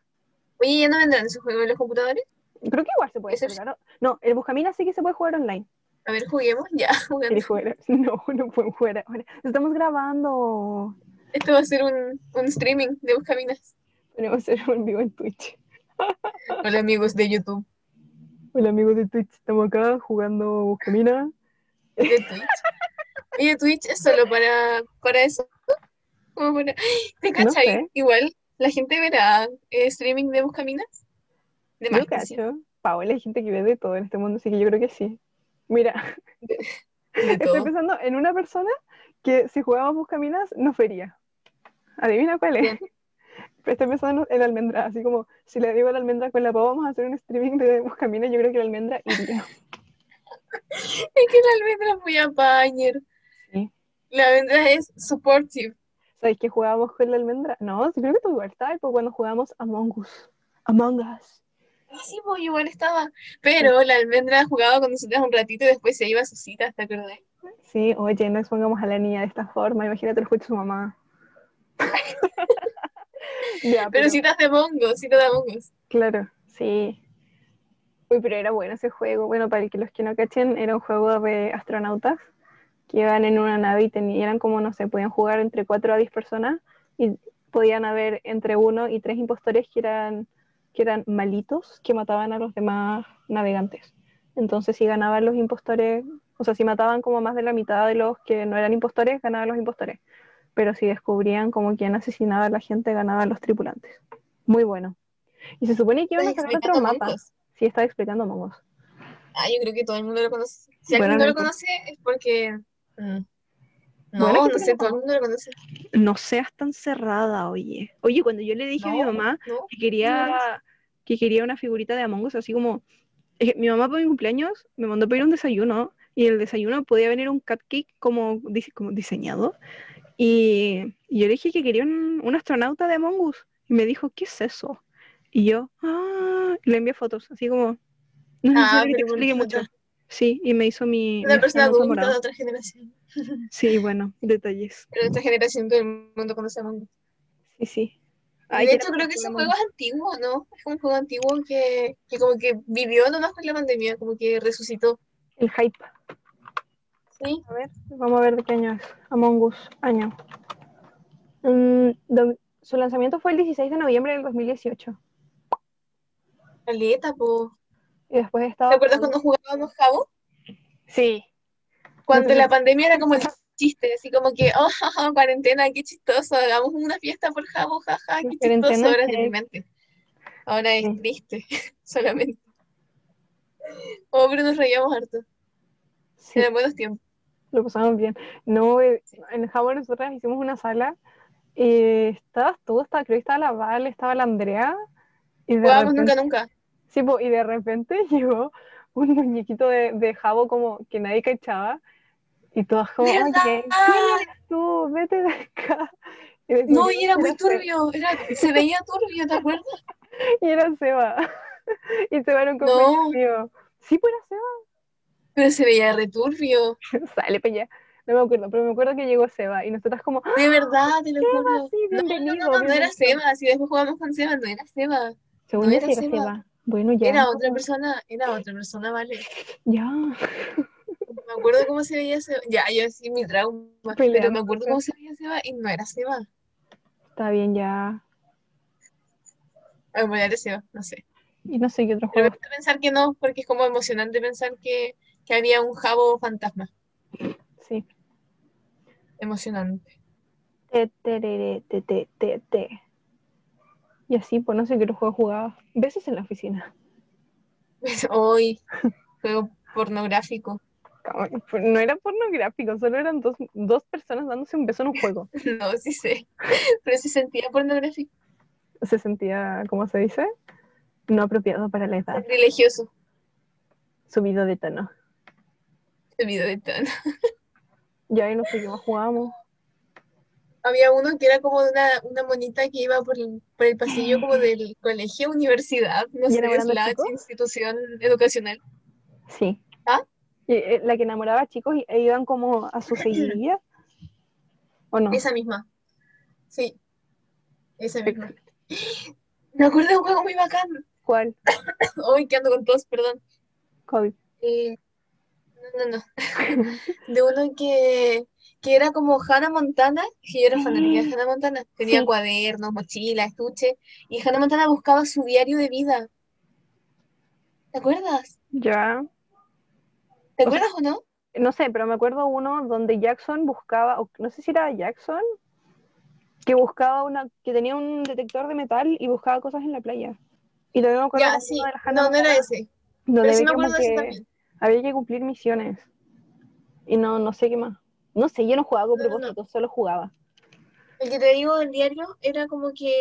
S2: Oye, ¿ya no vendrán esos juegos en los computadores?
S1: Creo que igual se puede
S2: Eso sí.
S1: jugar. No, el Buscaminas sí que se puede jugar online.
S2: A ver, juguemos ya. [LAUGHS] jugando.
S1: ¿Querés jugar? [LAUGHS] No, no pueden jugar ahora. Estamos grabando.
S2: Esto va a ser un, un streaming de Buscaminas.
S1: Tenemos que hacer un vivo en Twitch.
S2: Hola amigos de YouTube,
S1: Hola amigos de Twitch, estamos acá jugando Buscaminas.
S2: de Twitch. Oye, Twitch es solo para, para eso. Como para- [GASPS] ¿Te
S1: No
S2: cachai?
S1: sé.
S2: Igual, la gente verá eh, streaming de Buscaminas. De
S1: Yo
S2: más
S1: cacho, Paola, hay gente que ve de todo en este mundo, así que yo creo que sí. Mira,
S2: [LAUGHS] de
S1: [LAUGHS] estoy
S2: todo.
S1: pensando en una persona que si jugábamos Buscaminas nos vería. Adivina cuál es. Pero [LAUGHS] estoy pensando en la almendra, así como si le digo a la almendra con la pava vamos a hacer un streaming de [LAUGHS] Buscaminas, yo creo que la almendra iría. [LAUGHS]
S2: Es que la almendra es muy apañer.
S1: Sí.
S2: La almendra es supportive.
S1: ¿Sabéis que jugábamos con la almendra? No, sí, creo que tú igual estabas, pues, cuando jugábamos Among Us. Among Us.
S2: Ah, sí, pues igual estaba. Pero la almendra jugaba con nosotras un ratito y después se iba a sus citas, ¿te acordás?
S1: Ah, Sí, oye, no expongamos a la niña de esta forma, imagínate lo escucha su mamá.
S2: [LAUGHS]
S1: [LAUGHS] ya,
S2: Pero citas de mongos, citas de mongos.
S1: Claro, sí. Uy, pero era bueno ese juego. Bueno, para que los que no cachen, era un juego de astronautas que iban en una nave y tenían, eran como, no sé, podían jugar entre 4 a 10 personas y podían haber entre uno y tres impostores que eran que eran malitos que mataban a los demás navegantes. Entonces, si ganaban los impostores, o sea, si mataban como más de la mitad de los que no eran impostores, ganaban los impostores. Pero si descubrían como quien asesinaba a la gente, ganaban los tripulantes. Muy bueno. Y se supone que iban a
S2: Estás
S1: sacar otro
S2: explicando
S1: mapa.
S2: puntos.
S1: Sí, estaba explicando momos.
S2: Ah, yo creo que todo el mundo lo conoce. Si alguien
S1: Bueno,
S2: no
S1: no
S2: lo
S1: importa.
S2: conoce es porque... mm, No,
S1: Bueno, que
S2: no
S1: te
S2: sé,
S1: lo
S2: todo el mundo lo conoce.
S1: No seas tan cerrada, oye. Oye, cuando yo le dije a mi
S2: No,
S1: mamá
S2: no.
S1: que quería, que quería una figurita de Among Us, así como. es que mi mamá para mi cumpleaños me mandó a pedir un desayuno y en el desayuno podía venir un cupcake como, dise- como diseñado. Y, y yo le dije que quería un, un astronauta de Among Us. Y me dijo, ¿qué es eso? Y yo, ah, y le envié fotos, así como. No es necesario
S2: Ah,
S1: que te
S2: pero por
S1: explique
S2: foto.
S1: mucho. Sí, y me hizo mi. mi
S2: Una persona
S1: astronauta
S2: adulta
S1: morado.
S2: de otra generación.
S1: Sí, bueno, detalles.
S2: Pero de esta generación todo el mundo conoce a Among Us.
S1: Sí, sí.
S2: Y
S1: Ay,
S2: de
S1: que
S2: hecho
S1: era
S2: creo
S1: muy
S2: que ese
S1: bueno,
S2: juego es antiguo, ¿no? Es un juego antiguo que, que como que vivió nomás con la pandemia, como que resucitó.
S1: El hype.
S2: Sí,
S1: A ver, vamos a ver de qué año es. Among Us, año. Mm, do- su lanzamiento fue el 16 de noviembre del 2018.
S2: caleta, po.
S1: Y después
S2: ¿Te
S1: estaba.
S2: acuerdas cuando jugábamos Jabo?
S1: Sí.
S2: Cuando
S1: Entonces-
S2: la pandemia era como el chiste, así como que, oh, jaja, cuarentena, qué chistoso, hagamos una fiesta por Jabo, jaja, qué chistoso,
S1: Cuarentena,
S2: ahora es
S1: sí.
S2: deprimente. Ahora es
S1: Sí.
S2: triste, [LAUGHS] solamente. Oh, pero nos reíamos harto,
S1: Sí,
S2: eran buenos tiempos.
S1: lo pasamos bien. No, eh, en Howard nosotras hicimos una sala. eh, estabas tú, estaba, creo que estaba la Val, estaba la Andrea. Y de
S2: Jugábamos
S1: repente-
S2: nunca, nunca.
S1: Sí, po, y de repente [LAUGHS] llegó un muñequito de, de jabo como que nadie cachaba y todas como, oye,
S2: ¿Verdad?
S1: ¿quién eres tú? Vete de acá. Y
S2: No, y era
S1: descubrimos
S2: muy
S1: que Seba-
S2: turbio, era, se veía turbio, ¿te acuerdas?
S1: [LAUGHS] Y era Seba. [LAUGHS] Y Seba era un
S2: No.
S1: compañero mío. Sí, pues era
S2: Pero se veía returbio.
S1: Seba. [LAUGHS] Sale, pues ya. No me acuerdo, pero me acuerdo que llegó Seba y nosotras como, "Ah,
S2: De verdad, te lo juro.
S1: sí,
S2: No, no, no,
S1: bienvenido.
S2: no, no era
S1: bienvenido".
S2: Seba. Si después jugamos con Seba, no era Seba.
S1: Según
S2: no
S1: yo
S2: era
S1: sí era
S2: Seba.
S1: Seba. Bueno, ya.
S2: Era otra persona, era otra persona, vale.
S1: Ya.
S2: Me acuerdo cómo se veía Seba. Ya, yo sí, mi trauma. Pero me
S1: Peleando,
S2: acuerdo cómo se veía Seba y no era Seba.
S1: Está bien, ya.
S2: A lo mejor Ah, era Seba, no sé.
S1: Y no sé qué otro
S2: Pero
S1: juego.
S2: me gusta pensar que no, porque es como emocionante pensar que, que había un jabo fantasma.
S1: Sí.
S2: Emocionante. [LAUGHS]
S1: Te, tereré, te, te, te, te. Y así, pues no sé qué otro juego jugaba. Besos en la oficina. [LAUGHS]
S2: Hoy, juego pornográfico. [LAUGHS]
S1: Como que fue- pues, No era pornográfico, solo eran dos, dos personas dándose un beso en un juego.
S2: No, sí sé. Pero se sentía pornográfico,
S1: Se sentía, ¿cómo se dice? No apropiado para la edad.
S2: religioso.
S1: Subido de tono.
S2: El este video de tan.
S1: Ya ahí no sé qué más jugábamos.
S2: Había uno que era como de una, una monita que iba por el, por el
S1: [GASPS]
S2: pasillo como del colegio, universidad, no
S1: ¿Y
S2: sé,
S1: enamorando
S2: slash,
S1: chicos?
S2: institución educacional.
S1: Sí.
S2: ¿Ah?
S1: Y, eh, la que enamoraba a chicos y, e iban como a su seguidilla. ¿O no?
S2: Esa misma. Sí, esa misma. [GASPS] Me acuerdo de un juego muy bacán. [GASPS]
S1: ¿Cuál?
S2: Hoy que ando con todos, perdón.
S1: COVID.
S2: Eh, no, no, [LAUGHS] no. De uno que, que era como Hannah Montana, que yo era
S1: [GASPS]
S2: fanática de Hannah Montana. Tenía
S1: Sí.
S2: cuadernos, mochila, estuche. Y Hannah Montana buscaba su diario de vida. ¿Te acuerdas?
S1: Ya.
S2: ¿Te
S1: O sea,
S2: acuerdas o no?
S1: no sé, pero me acuerdo uno donde Jackson buscaba, o no sé si era Jackson, que buscaba una, que tenía un detector de metal y buscaba cosas en la playa. Y también me acuerdo
S2: Ya,
S1: como
S2: sí.
S1: uno de la Hannah
S2: No, no era
S1: Montana,
S2: ese.
S1: donde
S2: Pero sí
S1: veía
S2: me acuerdo
S1: como
S2: de ese
S1: que
S2: también.
S1: había que cumplir misiones. Y no, no sé qué más. No sé, yo no jugaba con
S2: No, no, no.
S1: propósito, solo jugaba.
S2: El que te digo del diario era como que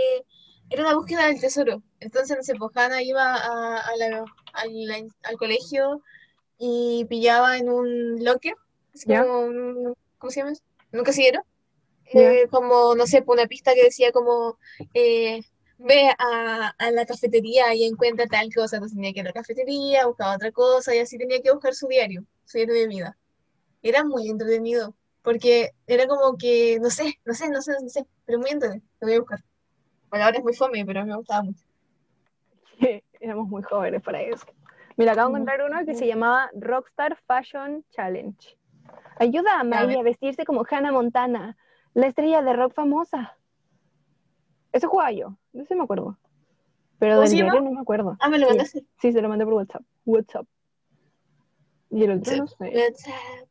S2: era la búsqueda del tesoro. Entonces, no sé, pues Hannah iba a, a la- a la- al colegio y pillaba en un locker, así
S1: Ya.
S2: como un- ¿cómo se llama eso? ¿Un casillero?
S1: Ya.
S2: Eh, como, no sé, pues, una pista que decía como, eh, ve a, a la cafetería y encuentra tal cosa. Entonces tenía que ir a la cafetería, buscaba otra cosa y así tenía que buscar su diario, su diario de vida. Era muy entretenido, porque era como que, no sé, no sé, no sé, no sé, pero muy entretenido, lo voy a buscar. Bueno, ahora es muy fome, pero me gustaba mucho.
S1: [LAUGHS] Éramos muy jóvenes para eso. Mira, acabo de encontrar uno que se llamaba Rockstar Fashion Challenge. Ayuda a Miley
S2: ver.
S1: a vestirse como Hannah Montana, la estrella de rock famosa. Eso jugaba yo, no sé si me acuerdo. Pero
S2: ¿Cómo
S1: del
S2: se llama?
S1: diario no me acuerdo.
S2: Ah, me lo
S1: Sí.
S2: mandaste.
S1: Sí, se lo mandé por WhatsApp. WhatsApp. Y el otro
S2: Sí.
S1: no sé.
S2: WhatsApp.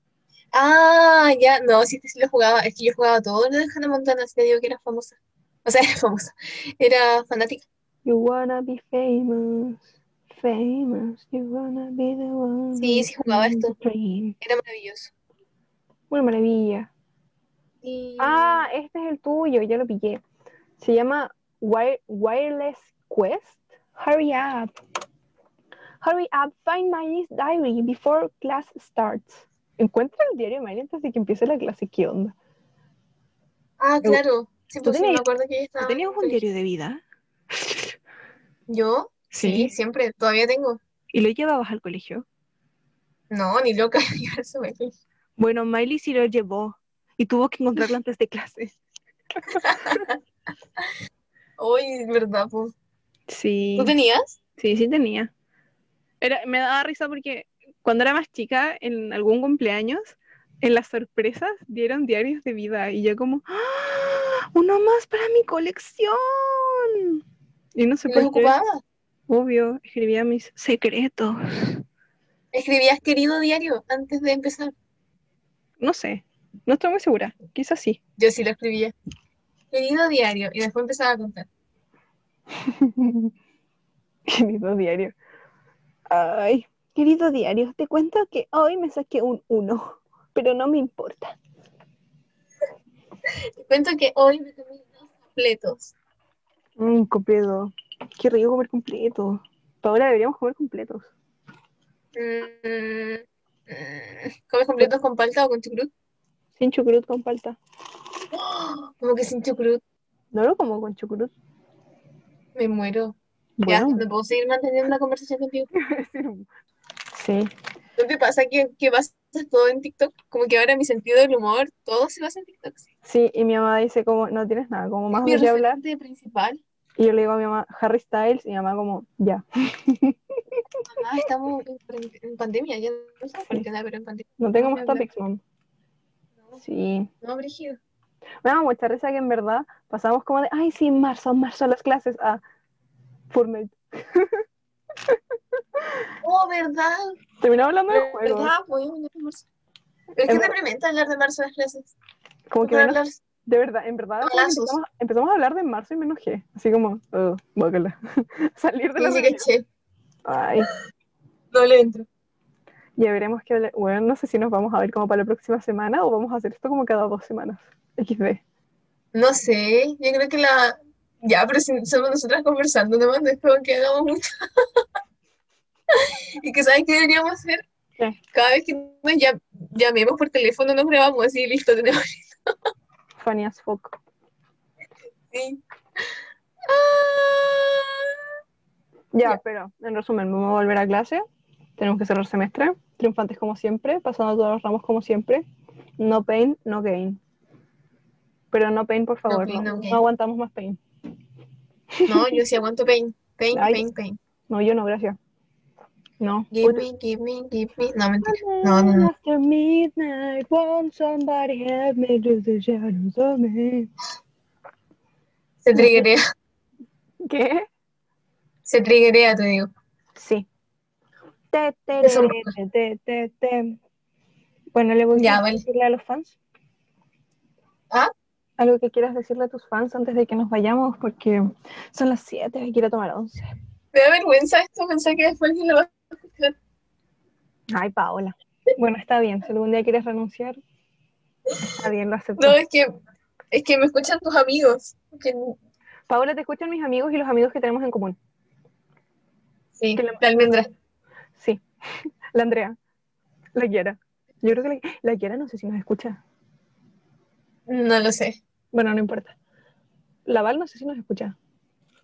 S2: Ah, ya, no, sí, este sí lo jugaba. Es que yo jugaba todo lo de Hannah Montana, así te digo que era famosa. O sea, [LAUGHS] era famosa. Era fanática.
S1: You wanna be famous. Famous. You wanna be the one.
S2: Sí, sí jugaba
S1: with
S2: esto.
S1: the dream.
S2: Era maravilloso.
S1: Una maravilla.
S2: Y-
S1: Ah, este es el tuyo, ya lo pillé. Se llama Wire- Wireless Quest. Hurry up. Hurry up, find Miley's diary before class starts. Encuentra el diario de Miley antes de que empiece la clase. ¿Qué onda?
S2: Ah,
S1: Tú-
S2: claro. Sí,
S1: tú
S2: pues sí, me
S1: tenías-
S2: acuerdo que ella estaba. en el colegio.
S1: de vida?
S2: ¿Yo? Sí, siempre, todavía tengo.
S1: ¿Y lo llevabas al colegio?
S2: No, ni loca, [LAUGHS] ni al suelo.
S1: Bueno, Miley sí lo llevó y tuvo que encontrarlo antes de clase.
S2: Oye, es verdad, pues.
S1: Sí.
S2: ¿Tú tenías?
S1: Sí, sí tenía. Era, me daba risa porque cuando era más chica, en algún cumpleaños, en las sorpresas dieron diarios de vida y yo como, ¡Ah! uno más para mi colección. Y no sé
S2: ¿Y los
S1: por qué,
S2: ocupabas?
S1: obvio, escribía mis secretos.
S2: ¿Escribías querido diario antes de empezar?
S1: No sé, no estoy muy segura, quizás sí.
S2: Yo sí lo escribía. Querido diario. Y después empezaba a contar.
S1: [LAUGHS] Querido diario. Ay, querido diario, te cuento que hoy me saqué un 1, pero no me importa.
S2: Te cuento que hoy me comí dos completos.
S1: Mmm, completo. Qué rico comer completo. Paola, deberíamos comer completos.
S2: Mm, mm, ¿Comes completos con palta o con chucrut? [GASPS]
S1: Sin chucrut con palta.
S2: ¡Oh! Como que sin chucrut.
S1: No lo como con chucrut.
S2: Me muero. Ya,
S1: Bueno,
S2: no puedo seguir manteniendo la conversación contigo.
S1: [LAUGHS] sí.
S2: ¿No te pasa que, que basas todo en TikTok? Como que ahora mi sentido del humor, todo se basa en TikTok. sí.
S1: Sí, y mi mamá dice como, no tienes nada, como más
S2: mi
S1: de qué hablar.
S2: referente principal.
S1: Y yo le digo a mi mamá, Harry Styles, y mi mamá como, ya,
S2: Mamá, estamos en, cuarent- en pandemia, ya no estamos en cuarentena, pero en pandemia.
S1: no tengo
S2: Vamos
S1: más
S2: a hablar.
S1: topics, mom. Sí.
S2: No, Brigido.
S1: Me da mucha risa que en verdad pasamos como de, ay, sí, marzo, marzo las clases a Fortnite.
S2: Oh, ¿verdad?
S1: Terminaba hablando de juegos.
S2: Eh, ¿Verdad? Voy a hablar de marzo. Pero es
S1: Es
S2: que deprimente hablar de marzo en las clases.
S1: Como que
S2: Mejor
S1: menos-
S2: hablar
S1: de verdad, en verdad, como que
S2: Balazos.
S1: empezamos, empezamos a hablar de marzo y me enojé. Así como, oh, guácala. [LAUGHS] Salir [LAUGHS] de la
S2: Sí, sí,
S1: reunión.
S2: caché.
S1: Ay,
S2: No le entro.
S1: ya veremos qué hablar. Bueno, no sé si nos vamos a ver como para la próxima semana o vamos a hacer esto como cada dos semanas. XD.
S2: No sé, yo creo que la... Ya, pero si somos nosotras conversando, nomás no es como que hagamos mucho. [LAUGHS] y que sabes qué deberíamos hacer.
S1: ¿Qué?
S2: Cada vez que nos llam- llamemos por teléfono, nos grabamos así, listo, tenemos. [LAUGHS]
S1: Funny as fuck.
S2: Sí. Ah.
S1: Ya,
S2: Ya.
S1: pero en resumen, vamos a volver a clase. Tenemos que cerrar semestre. Triunfantes como siempre, pasando todos los ramos como siempre. No pain, no gain. Pero no pain, por favor.
S2: pain,
S1: no-
S2: no gain.
S1: no aguantamos más pain.
S2: No, yo sí aguanto pain, pain,
S1: Ay.
S2: pain, pain.
S1: No, yo no, gracias. No.
S2: Give
S1: Puta.
S2: me, give me, give me. No, mentira. No, no, no.
S1: After midnight, won't somebody help me through the shadows of me?
S2: Se triggerea, [LAUGHS]
S1: ¿Qué?
S2: se triggerea, te digo.
S1: Sí. Te, te,
S2: Eso
S1: te,
S2: me
S1: te, te, te, te. Bueno, ¿le voy
S2: Ya,
S1: a
S2: vale.
S1: decirle a los fans?
S2: ¿Ah?
S1: Algo que quieras decirle a tus fans antes de que nos vayamos, porque son las 7 y quiero tomar 11.
S2: Me da vergüenza esto, pensar que después lo va a escuchar.
S1: Ay, Paola. Bueno, está bien. Si algún día quieres renunciar, está bien, lo acepto.
S2: No, es que, es que me escuchan tus amigos. Que-
S1: Paola, te escuchan mis amigos y los amigos que tenemos en común.
S2: sí,
S1: Que la-
S2: la almendra.
S1: Sí, [LAUGHS] la Andrea, la Kiara. Yo creo que la, la Kiara no sé si nos escucha.
S2: No lo sé.
S1: Bueno, no importa. La Val no sé si nos escucha.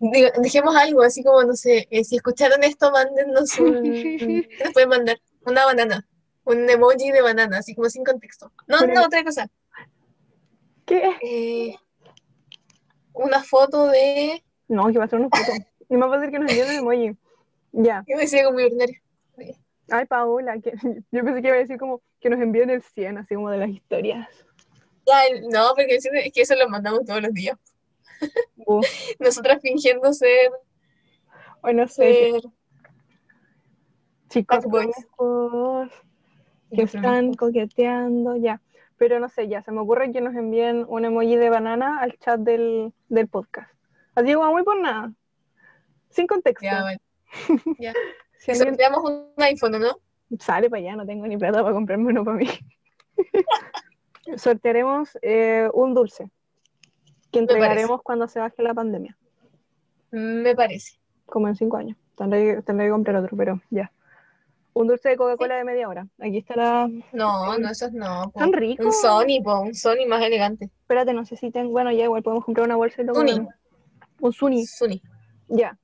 S2: Digo, dejemos algo, así como, no sé, eh, si escucharon esto, mándennos
S1: [LAUGHS]
S2: un... ¿Qué nos pueden mandar? Una banana. Un emoji de banana, así como sin contexto. No,
S1: Pero-
S2: no, otra cosa.
S1: ¿Qué?
S2: Eh, una foto de...
S1: No, que va a ser una foto. Ni me va a decir que nos envíen un emoji. Ya.
S2: Yo me decía como muy ordinario.
S1: Ay, Paola, que, [LAUGHS] yo pensé que iba a decir como que nos envíen el 100, así como de las historias.
S2: Ya, el- no, porque es [LAUGHS] es que eso lo mandamos todos los días.
S1: Bu.
S2: Nosotras fingiendo ser
S1: O no sé.
S2: Sí.
S1: Chicos
S2: Bad Boys.
S1: viejos que
S2: Yo creo
S1: están coqueteando, ya. Pero no sé, ya se me ocurre que nos envíen un emoji de banana al chat del, del podcast. Así como muy por nada. Sin contexto.
S2: Ya, vale. Ya.
S1: Si
S2: Y
S1: alguien
S2: sorteamos un iPhone, ¿o ¿no?
S1: sale para allá, no tengo ni plata para comprarme uno para mí. [LAUGHS] Sortearemos eh, un dulce que
S2: parece.
S1: entregaremos cuando se baje la pandemia,
S2: Me parece.
S1: como en cinco años. Tendré, que- tendré que comprar otro, pero ya. Un dulce de Coca-Cola de media hora. Aquí estará
S2: No, no, esos no. po.
S1: Son
S2: Un
S1: ricos.
S2: Sony, po, un Sony más elegante.
S1: Espérate, no sé si ten... Bueno, ya igual podemos comprar una bolsa y luego.
S2: Suni.
S1: vemos. Un Suni,
S2: Sony.
S1: ya.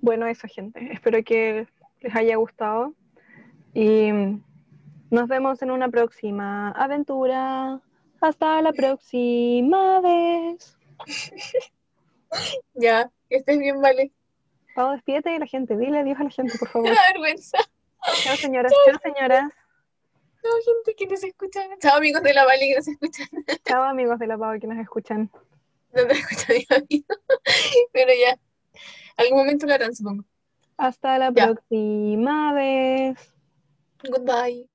S1: Bueno, eso, gente. Espero que les haya gustado. Y mm, nos vemos en una próxima aventura. Hasta la próxima vez.
S2: Ya, que estés bien, vale.
S1: Vamos, despídete de la gente. Dile adiós a la gente, por
S2: [LAUGHS]
S1: favor.
S2: Qué vergüenza.
S1: Chao, señoras. Chao, señoras.
S2: No, gente que nos escucha. Chao, amigos de la Vale que nos escuchan. [LAUGHS]
S1: Chao, amigos de la Pau que nos escuchan.
S2: No te escuchan mis amigos. [LAUGHS] Pero ya. Algún momento lo harán, supongo.
S1: Hasta la
S2: Ya.
S1: próxima vez.
S2: Goodbye.